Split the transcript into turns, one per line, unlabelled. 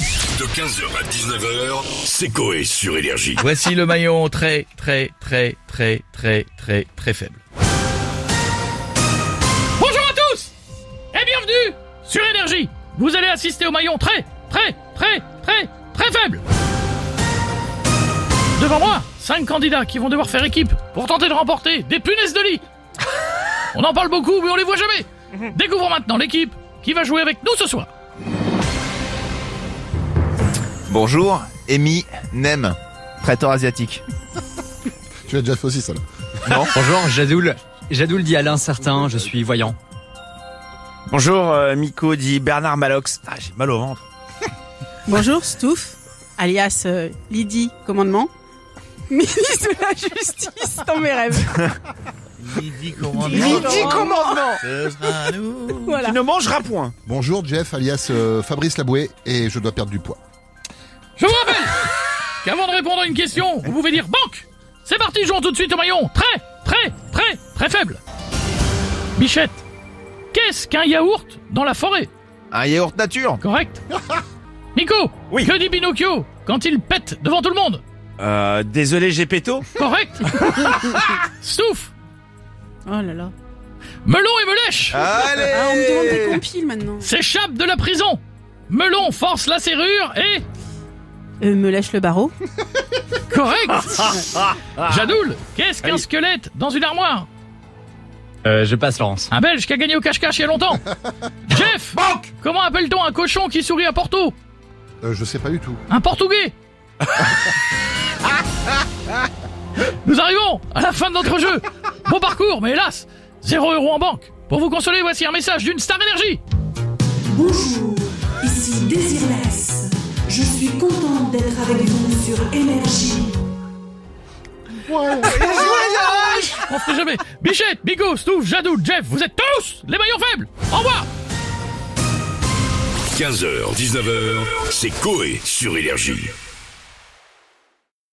De 15h à 19h, c'est Coé sur Énergie.
Voici le maillon très très très très très très très faible.
Bonjour à tous et bienvenue sur Énergie. Vous allez assister au maillon très, très, très, très, très faible. Devant moi, cinq candidats qui vont devoir faire équipe pour tenter de remporter des punaises de lit. On en parle beaucoup, mais on les voit jamais. Découvrons maintenant l'équipe qui va jouer avec nous ce soir.
Bonjour, Amy Nem, traiteur asiatique.
Tu l'as déjà fait aussi, ça là.
Bonjour, Jadoul. Jadoul dit Alain Certain, je suis voyant.
Bonjour, euh, Miko dit Bernard Malox. Ah, j'ai mal au ventre.
Bonjour, Stouff, alias euh, Lydie Commandement, ministre de la Justice dans mes rêves. Lydie Commandement Voilà.
Tu ne mangeras point.
Bonjour Jeff, alias euh, Fabrice Laboué, et je dois perdre du poids.
Je vous rappelle qu'avant de répondre à une question, vous pouvez dire banque. C'est parti, jouons tout de suite au maillon. Très, très, très, très faible. Bichette, qu'est-ce qu'un yaourt dans la forêt
Un yaourt nature.
Correct Nico,
Oui.
que dit Pinocchio quand il pète devant tout le monde
Euh, désolé, Gepetto.
Correct Stouff,
Oh là là.
melon et melèche
Allez
Ah, on me demande des compiles maintenant.
s'échappe de la prison. Melon force la serrure et...
Euh, me lèche le barreau.
Correct Jadoul, qu'est-ce qu'un squelette dans une armoire
Euh, je passe Laurence.
Un Belge qui a gagné au cache-cache il y a longtemps. Jeff Comment appelle-t-on un cochon qui sourit à Porto
Euh, je sais pas du tout.
Un Portugais Nous arrivons à la fin de notre jeu. Bon parcours, mais hélas, zéro euro en banque. Pour vous consoler, voici un message d'une star énergie.
Bonjour, ici Désirless. Je suis contente d'être avec vous sur Énergie.
On sait jamais. Bichette, Bigot, Stouff, Jadou, Jeff, vous êtes tous les maillons faibles. Au revoir
15h, 19h, c'est Coé sur Énergie.